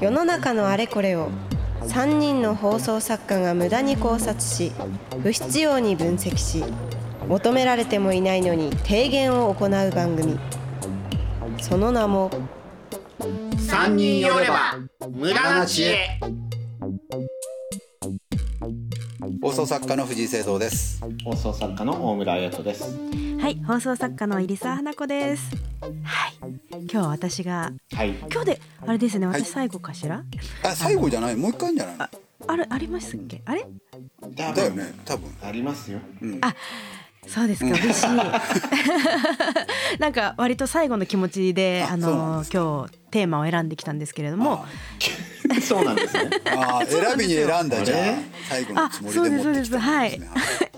世の中のあれこれを3人の放送作家が無駄に考察し不必要に分析し求められてもいないのに提言を行う番組その名も三人寄れば無駄な知恵放送作家の藤井聖堂です放送作家の大村彩人ですはい、放送作家の入澤花子です。はい、今日は私がはい今日であれですね、い私最後かしら？あ最後じゃないもう一回じゃないのあれありましたっけ？あれ？多だよね多分ありますよ そうですか、嬉しい。 なんか割と最後の気持ちで、ああそうなんのです今日テーマを選んできたんですけれども、そうなんですねあー選びに選んだじゃああれ最後のあ、つもりそうでです持そうってできす、たはんいね。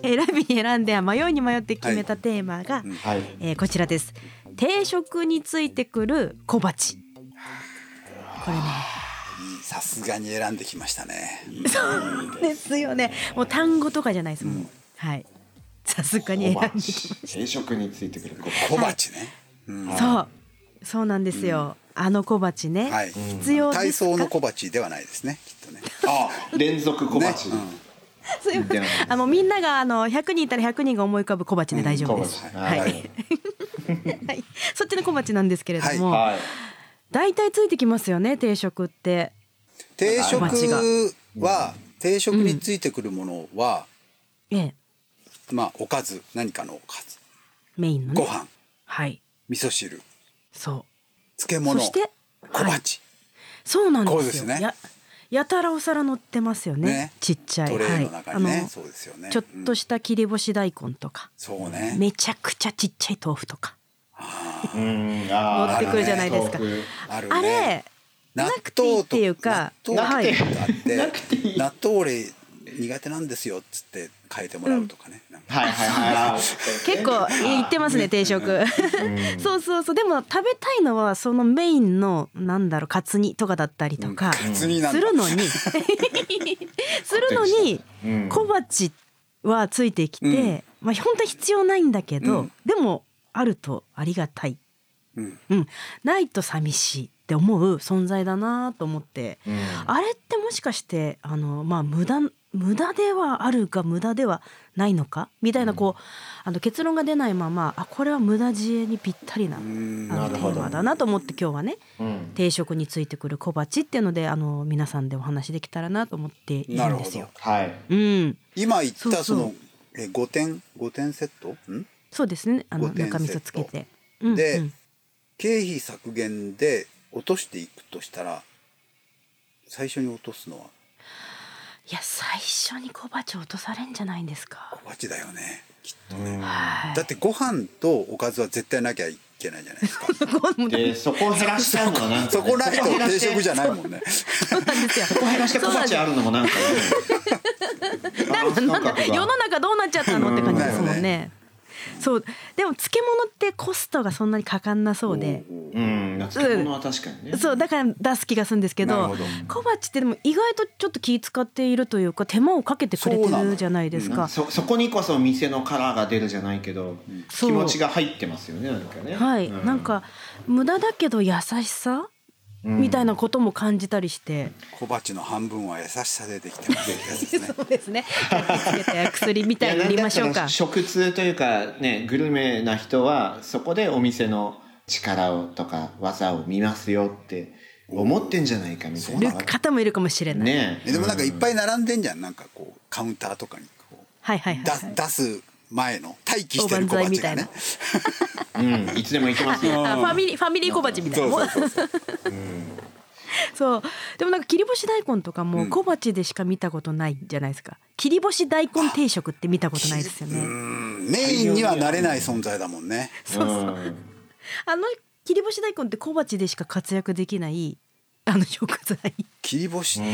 選びに選んで迷いに迷って決めたテーマが、 はいえーこちらです。定食についてくる小鉢。これね。うんさすがに選んできましたねそうですよね。もう単語とかじゃないですもん。はい。さすがに小選んでき鉢定食についてくる小鉢小鉢ねた。そう。そうなんですよ。あの小鉢ね。はい必要で体す操のか。小鉢ではないですねきっとねあ連続小鉢、ねすいませんではないですあのみんながあの100人いたら100人が思い浮かぶ小鉢で大丈夫です。小鉢は。はいい はい。そっちの小鉢なんですけれども、はい大体ついてきますよね定食って。定食小鉢がは定食についてくるものは、ええ、まあおかず何かのおかずメインのね。ご飯はい。味噌汁そう。漬そ物して小鉢、そうなんですよ。こうですねややたらお皿乗ってますよね。ねちっちゃい。トレーの中にね、はい、あのそうですよねちょっうんとした切り干し大根とか、そうねめちゃくちゃちっちゃい豆腐とかうんあー乗ってくるじゃないですか。あるねあるねあれ、納な豆くていいっていうか、と納は豆いって、あって、納豆俺苦手なんですよっつって変えてもらうとかね、なんかはいはいはい結構言ってますね定食。 そうそうそう。でも食べたいのはそのメインのなんだろうカツ煮とかだったりとかカツす煮なんだる のにするのにうん小鉢はついてきうんて、まあ本当は必要ないんだけうどん、でもあるとありがたい。うんうん、ないと寂しいって思う存在だなと思って、うんあれってもしかしてあのまあ無駄無駄ではあるが無駄ではないのかみたいなこう、あの結論が出ないままあこれは無駄知恵にぴったりなあんのテーマだなと思って今日はねうん定食についてくる小鉢っていうのであの皆さんでお話できたらなと思っているなるんでほすどよ。はいうん、今言っそうそたうそのえ五点五点セット、んそうですねあの五点中味噌つけて。トでうん経費削減で落としていくとしたら最初に落とすのはいや最初に小鉢落とされんじゃないんですか。小鉢だよねきっはといだってご飯とおかずは絶対なきゃいけないじゃない ですかでそこを減らしちゃうのがなんかねそこないとそ減ら定して食じゃないもんねそうなんですよ。そこ減らして小鉢あるのもなんかねバランス なん感だ覚が世の中どうなっちゃったのって感じですもんうんだよね。そうでも漬物ってコストがそんなにかかんなそうで、うん漬物は確かにねそうだから出す気がするんですけなどるほど小鉢ってでも意外とちょっと気使っているというか手間をかけてくれそうてなのるじゃないですか。そそこにこそ店のカラーが出るじゃないけど、そう気持ちが入ってますよねなんかねはい、うなんか無駄だけど優しさ、うんみたいなことも感じたりして。小鉢の半分は優しさでできてますってやつですねそうですね。つけて薬みいたやいになん塗りだまっ。したょうから食通というかねグルメな人はそこでお店の力をとか技を見ますよって思ってんじゃないかみたいるな方もいるかもしれない。ね えでもなんかいっぱい並んでんじゃんなんかこうカウンターとかにこはいはいうはい、だはい。出す前の待機してるお小ばんざい鉢みたがいねなうんいつでも行きますよあファミリーファミリー小鉢みたいそなうそうそうそうそうでもなんか切り干し大根とかも小鉢でしか見たことないじゃないですか、切り干し大根定食って見たことないですよね、うんメインにはなれない存在だもんね そうそううんあの切り干し大根って小鉢でしか活躍できないあの食材 切り干しう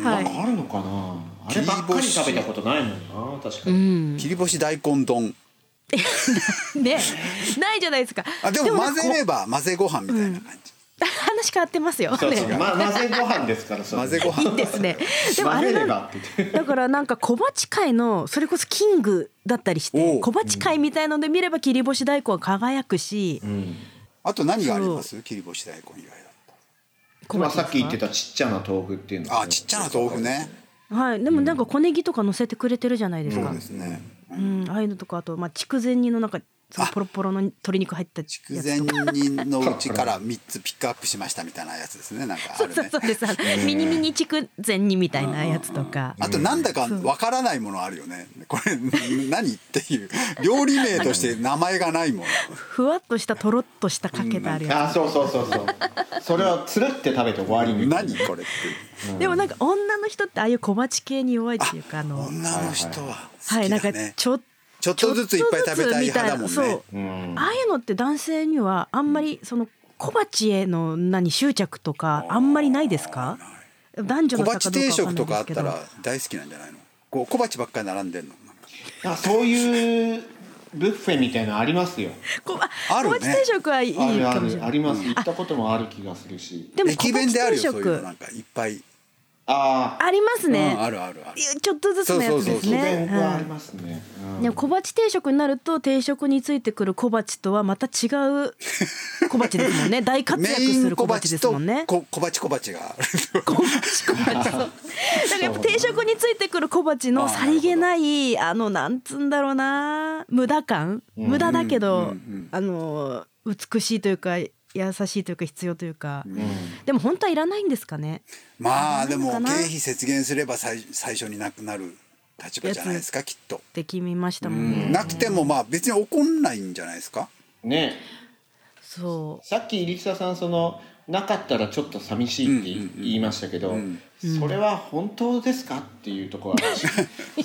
んなはんい かあるのかなあればっかり食べたことないもんな確かうに、ん切り干し大根丼ねないじゃないですかあでもなん混かぜれば混ぜご飯みたいな感じこう 話変わってますよそうそうねま混ぜご飯ですからそれ混ぜごい飯いですねでもあ混ぜれれなんばって言ってだからなんか小鉢会のそれこそキングだったりしおてう小鉢会みたいので見れば切り干し大根は輝くし、うんあと何があります切り干し大根以外だ小まあ、鉢さですかっき言ってたちっちゃな豆腐っていうのあちっちゃな豆腐ねはいでもなんか小ネギとか乗せてくれてるじゃないですそうかですねうん、ああいうのとかあと、まあ、筑前煮の中そのあポロポロの鶏肉入ったやつ筑前煮のうちから3つピックアップしましたみたいなやつですねなんかあそうるそうねそうですあのミニミニ筑前煮みたいなやつとかあとなんだかわからないものあるよねこれ 何っていう料理名として名前がないもんふわっとしたとろっとしたかけてあるやあそうそうそう そうそれをつるって食べて終わりに何これってつでもなんか女の人ってああいう小鉢系に弱いっていうかあの女の人はは好いきなんかだねちょちょっとずついっぱい食べたい派だもんちょっとずねつみたいなそうああいうのって男性にはあんまりその小鉢への何執着とかあんまりないですか男女小の鉢差かどう定かわか食とかあっんないですけたどら大好きなんじゃないのこう小鉢ばっかり並んでんのあそういうブッフェみたいなのありますよ小ある小ね鉢定食はいいあるかあもしれるなあいります行ったこともある気がするしでも小駅鉢弁であ定るよそういうの食なんかいっぱいああありますねうんあるあるあるいやちょっとずつのやつですそうそうそうねはあうりんますね、うんでも小鉢定食になると定食についてくる小鉢とはまた違う小鉢で すもんね大活メ躍イすンる小小鉢で鉢すともんねこ小鉢小鉢がある小鉢小鉢そうだからやっぱ定食についてくる小鉢のさりげないあのなんつんだろうな無駄感、無駄だけど、あの美しいというか優しいというか必要というか、でも本当はいらないんですかねまあでもな経んかな費節減すれば最最初になくなる立場じゃないですかきっと、って決めましたもんね、なくてもまあ別に怒んないんじゃないですかねそさっき入澤さんそのなかったらちょっと寂しいって言いましたけど、それは本当ですかっていうところは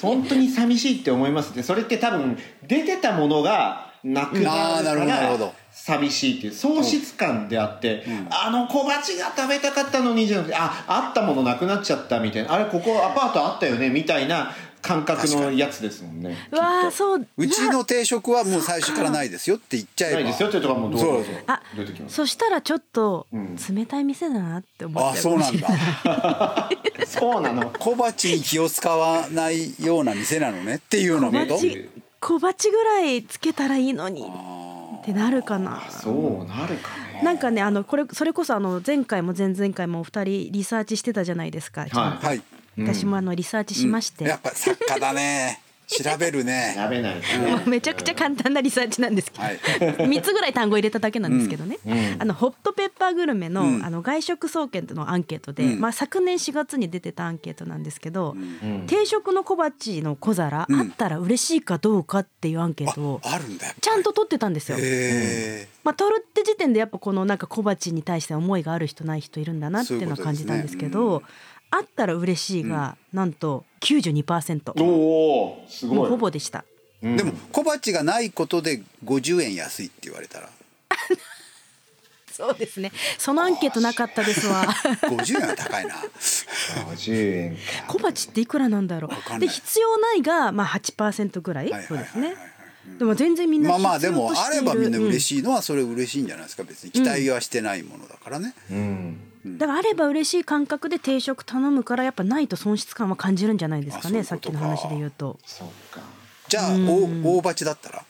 本当に寂しいって思いますねそれって多分出てたものがなくなあーなるるかほどなるほらど寂しいっていう喪失感であって、あの小鉢が食べたかったのにじゃなくてああったものなくなっちゃったみたいなあれここアパートあったよねみたいな感覚のやつですもんね。ううわーそううちの定食はもう最初からないですよって言っちゃえばないですよっていうところはもうどうぞそうそうあ出てきます。そしたらちょっとん冷たい店だなって思っあて、そうなんだそうなの。小鉢に気を使わないような店なのねっていうようなこ小と鉢小鉢ぐらいつけたらいいのにってなるかなそうなるかね。なんかねあのこれそれこそあの前回も前々回もお二人リサーチしてたじゃないですか、ははい私もあのリサーチしまして、やっぱ作家だね調べるねやべないですもねうめちゃくちゃ簡単なリサーチなんですけど、はい3つぐらい単語入れただけなんですけどね、あのホットペッパーグルメの,、あの外食総研のアンケートで、まあ、昨年4月に出てたアンケートなんですけど、定食の小鉢の小皿、あったら嬉しいかどうかっていうアンケートをあるんだよちゃんと取ってたんですよ。へえまあ、取るって時点でやっぱこのなんか小鉢に対して思いがある人ない人いるんだなっていうのはそういうこと感ですじねたんですけどあったら嬉しいが、なんと92%おもおすごうい。ほぼでしたでも小鉢がないことで50円安いって言われたらそうですねそのアンケートなかったで すわ50円は高いな50円か。小鉢っていくらなんだろかんなういで必要ないがまあ8%ぐらい、はいそうですはいねでも全然 みんなまあ必まあ要としでているもあればみんな嬉ししいのはそれ嬉しいんじゃないですか別に期待はしてないものだからね、うん。い、だからあれば嬉しい感覚で定食頼むからやっぱないと損失感は感じるんじゃないですかねあそさういっうこときかの話で言うとそっか。じゃあ大大鉢だったら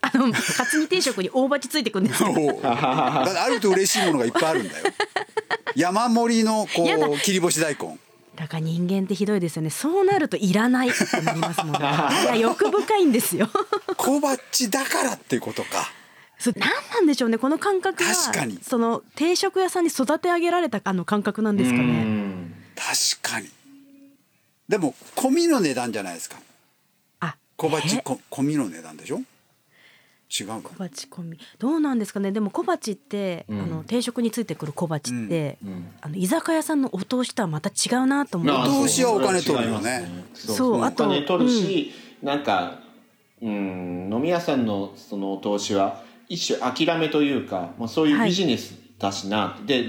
あのカツ煮定食に大鉢ついてくるんですよおうだってあると嬉しいものがいっぱいあるんだよ山盛りのこやだう切り干し大根だから人間ってひどいですよねそうなるといらないってなりますもんねだから欲深いんですよ 小鉢だからってことかそう何なんでしょうねこの感覚は確かにその定食屋さんに育て上げられたあの感覚なんですかうねん。確かにでも込みの値段じゃないですかあ小え鉢こ込みの値段でしょ違うか小鉢込みどうなんですかねでも小鉢って、あの定食についてくる小鉢って、あの居酒屋さんのお通しとはまた違うなと思まあうお通しはお金取るよね。そうそうおあと金取るし、なんかうん飲み屋さんのそのお通しは一種諦めというか、もうそういうはいビジネスだしな、で。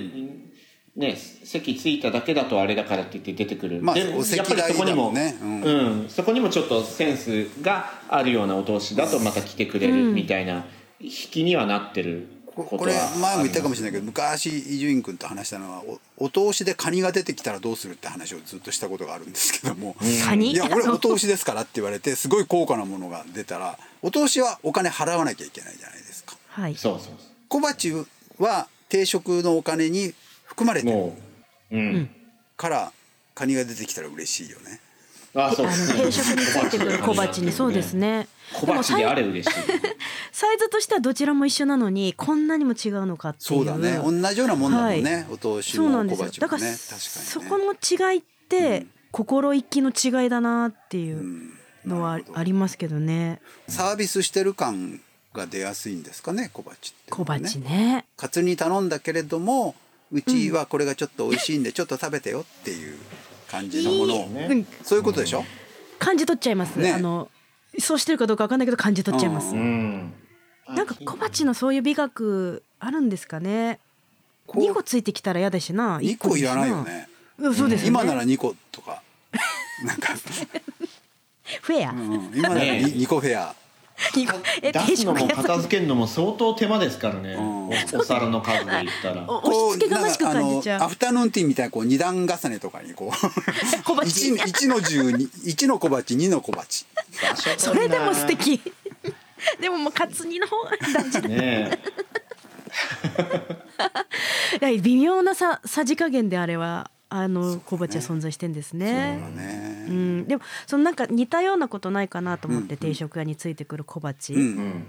ね、席ついただけだとあれだからって言って出てくる、まあでお席やっぱりそこにも、代だもんねうんそこにもちょっとセンスがあるようなお通しだとまた来てくれるみたいな引きにはなってるこことはこれ前も言ったかもしれないいけど昔伊集院君と話したのはおお通しでカニが出てきたらどうするって話をずっとしたことがあるんですけども「カニいや俺あのお通しですから」って言われてすごい高価なものが出たらお通しはお金払わなきゃいけないじゃないですか。はいそうそうそう小鉢は定食のお金に含まれてるもううんからカニが出てきたら嬉しいよねあそうあの定食についてくる小鉢にそうですね小鉢ででもあれ嬉しいサイズとしてはどちらも一緒なのにこんなにも違うのかっていそううだね同じようなもんだもんね、お通しそうなもんで小すよ鉢だもね確から、かにねそこの違いって、心意気の違いだなっていうのはあありますけどねサービスしてる感が出やすいんですかね小鉢っていうの小はね鉢ねカツ煮頼んだけれどもうちはこれがちょっと美味しいんでちょっと食べてよっていう感じのものを、ねうんそういうことでしょ、感じ取っちゃいます、ねあのそうしてるかどうかわかんないけど感じ取っちゃいます、うんなんか小鉢のそういう美学あるんですかねこう2個ついてきたら嫌だしな2個いらないよねうんそうですよね今なら2個とか、フェア、うん今ならね 2, 個フェア二個え出定すの食も屋さ片ん付けるのも相当手間ですからねんおお皿の数で言ったらお押し付けがましくこうなんか感じちあのゃアうフタヌーンティーみたいなこう2段重ねとかにこう小一鉢一の十二一の小鉢2の小鉢 それでも素敵 でももうカツ煮の方が大事だねえ いや微妙なささじ加減であれはあの小鉢は存在してんですね。ねうん、でもそのなんか似たようなことないかなと思って定食屋についてくる小鉢、うんうん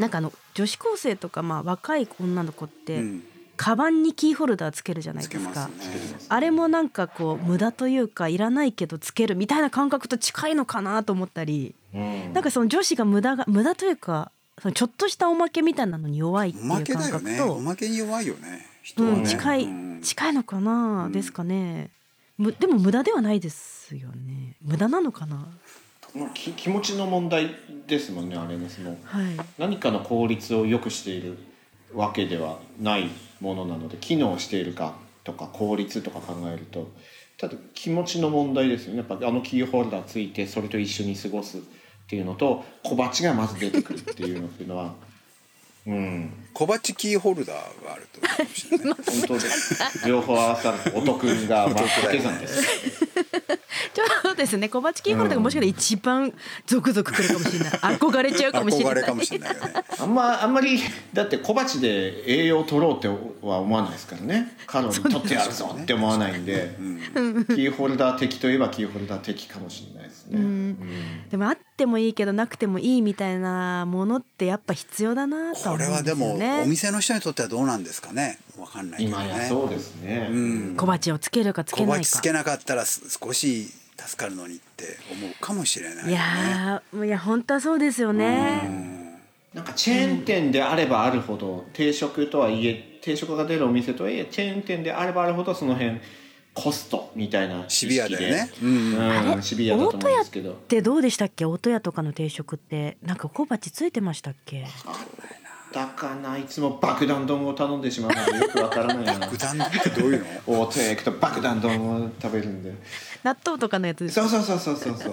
なんかあの女子高生とかまあ若い女の子って、うんカバンにキーホルダーつけるじゃないつでけすまかすねあれもなんかこう無駄というかいらないけどつけるみたいな感覚と近いのかなと思ったり、うんなんかその女子が無駄が無駄というかそのちょっとしたおまけみたいなのに弱いっていおまうけだ感よ覚ねとおまけに弱いよね人はうね、ん、近いうん近いのかなですかね。むでも無駄ではないですよね。無駄なのかな。き気持ちの問題ですもんねあれねその はい。何かの効率を良くしているわけではないものなので機能しているかとか効率とか考えるとただ気持ちの問題ですよねやっぱあのキーホルダーついてそれと一緒に過ごすっていうのと小鉢がまず出てくるっていうのっていうのはうん小鉢キーホルダーがあるといいかも しれないね本当です両方合わさるとお得がまあ掛け算ですそうですね。小鉢キーホルダーがもしかしたら一番ゾクゾクくるかもしれ ない。憧れちゃうかもしれな憧い。れかもしれないよねあんまあんまりだって小鉢で栄養取ろうっては思わないですからねカロリー取ってやるぞって思わないんで、キーホルダー的といえばキーホルダー的かもしれないですね、でもあってもいいけどなくてもいいみたいなものってやっぱ必要だなとこは思れうはんでですよもね。お店の人にとってはどうなんですかねわかんないけど今やねそうですね、小鉢をつけるかつけ小ない鉢か。つけなかったらす少し助かるのにって思うかもしれないよいねやー、いや本当はそうですよね。なんかチェーン店であればあるほど定食とはいえ定食が出るお店とはいえチェーン店であればあるほどその辺コストみたいな意識でシビアだよねうあん、れシビアだと思うんですけどでどうでしたっけ？大戸屋とかの定食ってなんか小鉢ついてましたっけ？だからいつも爆弾丼を頼んでしまうのでよくわからない な具体的ってどういうの大手へ行くと爆弾丼を食べるんで納豆とかのやつですそうそうそうそうそうそ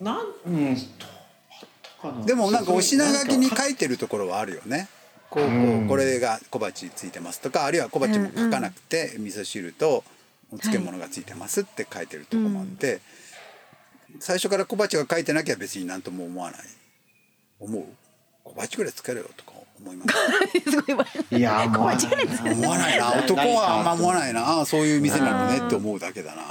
うなんうんどうだったかなでもなんかお品書きに書いいてるところはあるよねこうこうこれが小鉢ついてますとかあるいは小鉢も書かなくて味噌汁とお漬物がついてますって書いてるところもあって最初から小鉢が書いてなきゃ別になんとも思わない思う小鉢ぐらいつけろよとか思います すごいわいやもう間違いです思わないな男はあんま思わないなああそういう店なのねって思うだけだな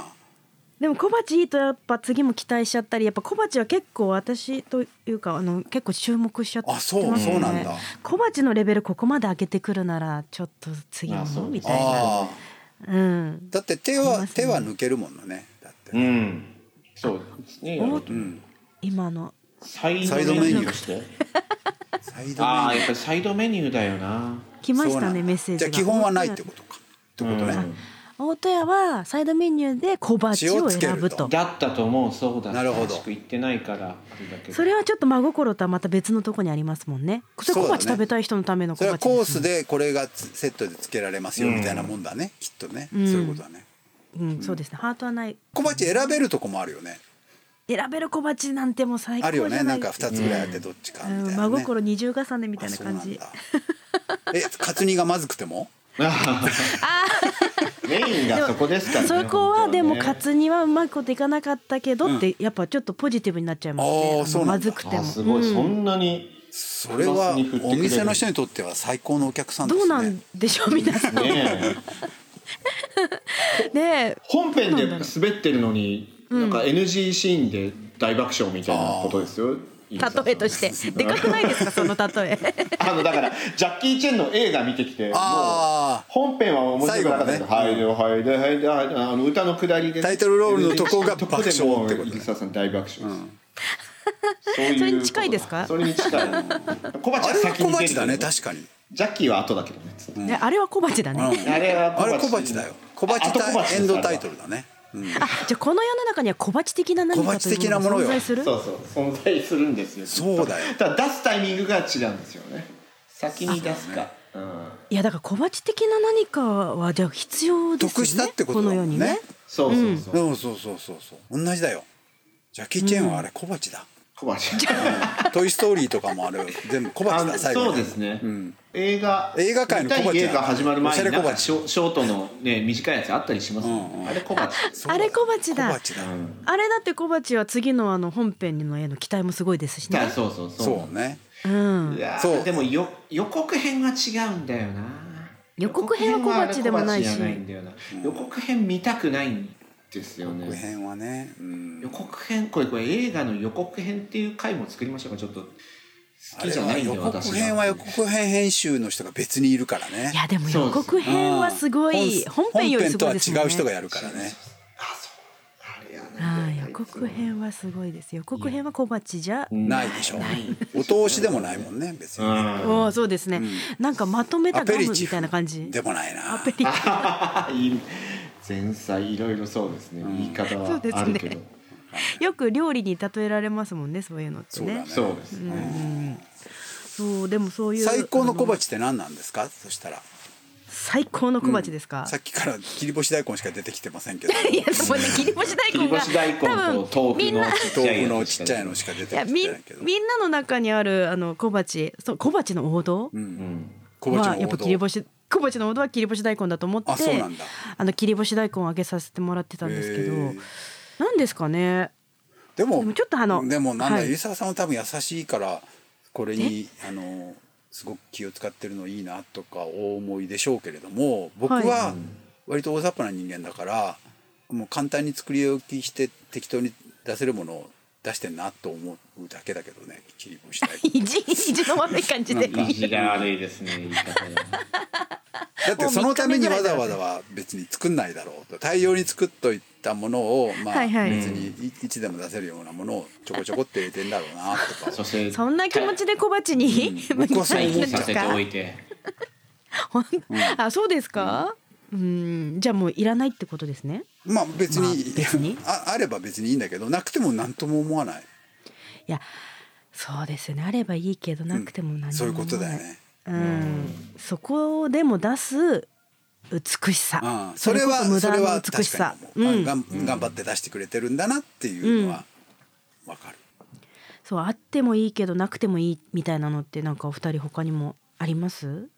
でも小鉢いいとやっぱ次も期待しちゃったりやっぱ小鉢は結構私というかあの結構注目しちゃってまあすそうねそうなんだ小鉢のレベルここまで上げてくるならちょっと次あそもうみたいなああうんだって手ありまはすね手は抜けるもんねだってうんそうですねやろうと今のサイサイドドメメニニューューとしてサイドああメニやっューぱりサイドメニューだよな来ましそうなたんねだメッセージじゃがあ基本はないってことかってことね大戸屋はサイドメニューで小鉢を選ぶうとんだったと思うそうだなるほど正しく言ってないからあれだけどそれはちょっと真心とはまた別のとこにありますもんねそれそうだ小ね鉢食べたい人のためのそ小れ鉢はですもんコねースでこれがつセットでつけられますよみたいなもんだねきっとねそういうことだねうんそうですねハートはない小鉢選べるとこもあるよね選べる小鉢なんてもう最あ高るじゃよないねなんか2つぐらいあってどっちかみたいなうん、真ね心二重重ねみたいなそうな感んじだえカツ煮がまずくてもメインがそこですからねそこはでも本当カはねツ煮はうまいこといかなかったけどってやっぱちょっとポジティブになっちゃいますあーね、あそのうなまんだずくてあもすごいそんなにそれはプラスに振ってくれおる店の人にとっては最高のお客さんでどすうねなんでしょう皆さん、ねで本編で滑ってるのに、なんか NG シーンで大爆笑みたいなことですよ。例えとしてでかくないですかその例えあのだからジャッキー・チェンの映画見てきてもうあー本編は面白くなかったけど「はいではいではいではいで」あの歌の下りでタイトルロールのとこが爆笑ってことねでもう入澤さん大爆笑です、そういうそれに近いですかそれに近い小鉢あはれは先小に出る鉢だね確かにジャッキーは後だけどねねあれは小鉢だねうんあれはあれ小鉢だよ小あ鉢あと小鉢ですエンドタイトルだねあじゃあこの世の中には小鉢的な何かと小鉢いう的なものもがの存よ在するそうそう存在するんですよそうだよただ出すタイミングが違うんですよね先に出すかうんいやだから小鉢的な何かはじゃあ必要ですよ得ねしたってことだのも世んにねねそうそうそううんそうそうそうそう同じだよジャッキー・チェーンはあれ小鉢だ小鉢「トイ・ストーリー」とかもあれ全部小あ鉢のだ最後そうにですね、映画映画界の小鉢見たい映画始まる前におしゃれなん小鉢かショショートの、ね、短いやつあったりしますもんね、あれ小鉢そうあれ小鉢小だ鉢だあれだって小鉢は次のあの本編の絵の期待もすごいですしだねそうそうそうそうねうんいやーそうでもよ予告編は違うんだよな予告編は小鉢でもないし予告編はあれ小鉢じゃないんだよな予告編見たくないんですよ後ね編はねうん予告編これこれ映画の予告編っていう回も作りましたからちょっと好あきれじゃはないん予で告私編は予告編編集の人が別にいるからねいやでも予告編はすごいうん本編よりすごいです本も編とは違んねう人がやるからねあれやあなあ予告編はすごいです予告編は小鉢じゃないでしょお通しでもないもんね別にね おおそうですねなんかまとめたアガペムリみチフたいな感じでもないなアペリいい前菜いろいろそうですね、言い方はあるけどよく料理に例えられますもんねそういうのってそうだねねそうですね、そうでもそういう最高の小あ鉢って何なんですかそしたら最高の小鉢ですか、さっきから切り干し大根しか出てきてませんけ どいやもうね切り干し大切根りが干し大根と多分豆腐みんのなちっちゃ豆い腐のやつちっちゃいのしか出いてやきみてんないけどみんなの中にあるあの小鉢そう小鉢の王道小は鉢やのっ王ぱ道切り干し小鉢の王道は切り干し大根だと思ってあそうなんだあの切り干し大根をあげさせてもらってたんですけどへーなんですかね でもでもちょっとあのでもなんだ、はい湯沢さんは多分優しいからこれにあのすごく気を使ってるのいいなとかお思いでしょうけれども僕はいは割と大雑把な人間だからもう簡単に作り置きして適当に出せるものを出してんなと思うだけだけどね切り干し大根意地意地の悪い感じでなんか意地が悪いですね言い方がだってそのためにわざわざは別に作んないだろうと大量に作っといたものをまあはい別はいにいいつでも出せるようなものをちょこちょこって入れてんだろうなとか そして そんな気持ちで小鉢に うん僕はそう退思避っちゃさうせておいてほんあそうですか、うん、じゃあもういらないってことですねまあ別に,、まあ別にああれば別にいいんだけどなくても何とも思わない、いやそうですよねあればいいけどなくても何も、そういうことだよね。うん、そこでも出す美しさ、うん、それはこそれ無駄はの美し確さか、うに思う、ん、あがん、頑張って出してくれてるんだなっていうのはわかる、そうあってもいいけどなくてもいいみたいなのってなんかお二人他にもあります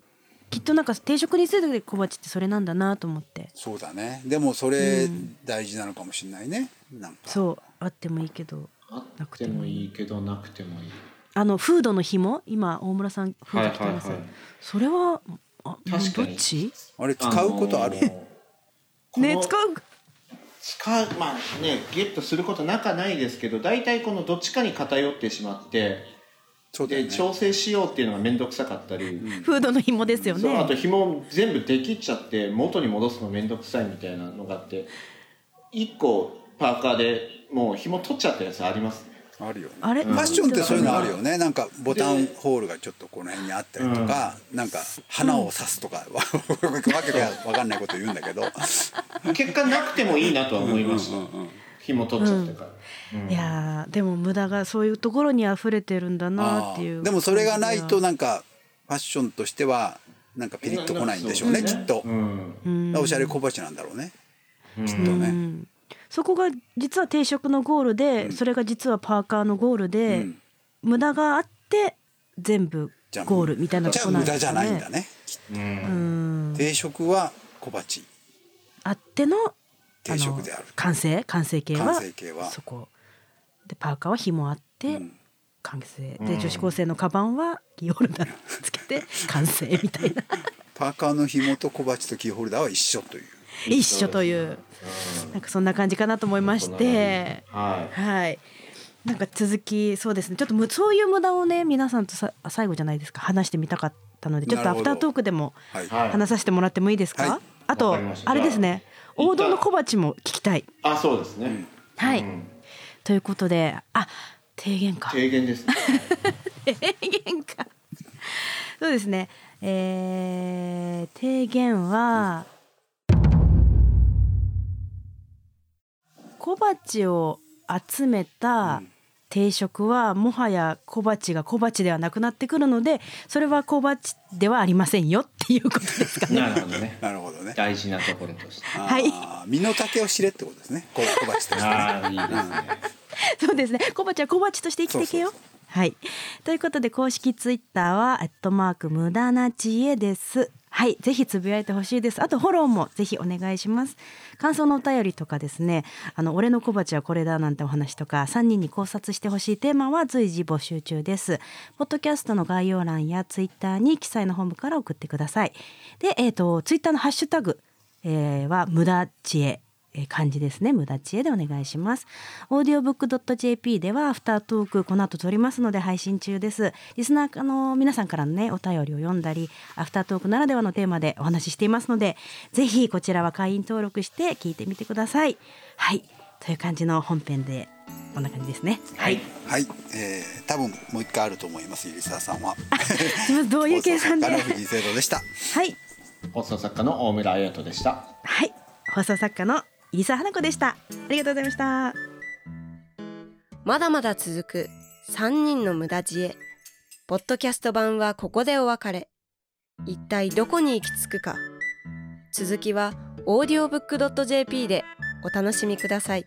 きっとなんか定食について小鉢ってそれなんだなと思ってそうだねでもそれ大事なのかもしれないねなんかそうあってもいいけどあってもいいけどなくてもいいあのフードの紐今大村さんフード来てます、はいはいはいそれはあ確かにどっちあれ使うことある、のーこのね使う使うまあねゲットすることなかないですけど大体このどっちかに偏ってしまってそうだよでね調整しようっていうのが面倒くさかったり、フードの紐ですよそうあとね紐全部できっちゃって元に戻すの面倒くさいみたいなのがあって1個パーカーでもう紐取っちゃったやつありますねあるよねあれファッションってそういうのあるよねなんかボタンホールがちょっとこの辺にあったりとか、なんか花を刺すとか、わわけが分かんないこと言うんだけど結果なくてもいいなとは思いました紐取っちゃったから、いやーでも無駄がそういうところに溢れてるんだなっていあうーでもそれがないとななんかファッションとしてはなんかピリッとこないんでしょうねなきなっとう、んおしゃれ小鉢なんだろうね、きっとね、そこが実は定食のゴールで、それが実はパーカーのゴールで、うん無駄があって全部じゃあゴールみたいなこじゃあとなん無です駄ねじゃないんだねきっうんと定食は小鉢あっての定食であるの完成完成形は完成形はそこでパーカーは紐あって、ん完成で女子高生のカバンはキーホルダー つけて完成みたいなパーカーの紐と小鉢とキーホルダーは一緒という一緒というなんかそんな感じかなと思いましてははいなんか続きそうですねちょっとむそういう無駄をね皆さんとさ最後じゃないですか話してみたかったのでちょっとなアるほフどタートークでもはいはい話させてもらってもいいですか、はいあとわかりましたあれですねじゃあ王道の小鉢も聞きたいあそうですね、はい、うんということであ提言か提言ですね提言かそうですねえー、提言は小鉢を集めた定食はもはや小鉢が小鉢ではなくなってくるのでそれは小鉢ではありませんよっていうことですかねなるほどねなるほどね。大事なところとしてあー はい身の丈を知れってことですね。こ小鉢としてね。ああいいですね そうですね小鉢は小鉢として生きてけよそうそうはいということで公式ツイッターは「アットマーク無駄な知恵」ですはいぜひつぶやいてほしいですあとフォローもぜひお願いします感想のお便りとかですねあの俺の小鉢はこれだなんてお話とか3人に考察してほしいテーマは随時募集中ですポッドキャストの概要欄やツイッターに記載の本部から送ってくださいでえっ、とツイッターのハッシュタグ、えーは無駄知恵えー漢字ですね無駄知恵でお願いしますオーディオブックドット JP ではアフタートークこの後撮りますので配信中ですリスナーあの皆さんからのねお便りを読んだりアフタートークならではのテーマでお話ししていますのでぜひこちらは会員登録して聞いてみてくださいはいという感じの本編でこんな感じですねはいはい、えー、多分もう一回あると思います。ゆりささんは。すいませんどういう計算で放送作家のは藤井聖堂でした。い放送作家の大村彩人でしたはい放送作家の飯沢花子でしたありがとうございましたまだまだ続く3人の無駄知恵。ポッドキャスト版はここでお別れ。一体どこに行き着くか。続きは audiobook.jp でお楽しみください。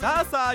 さあさあ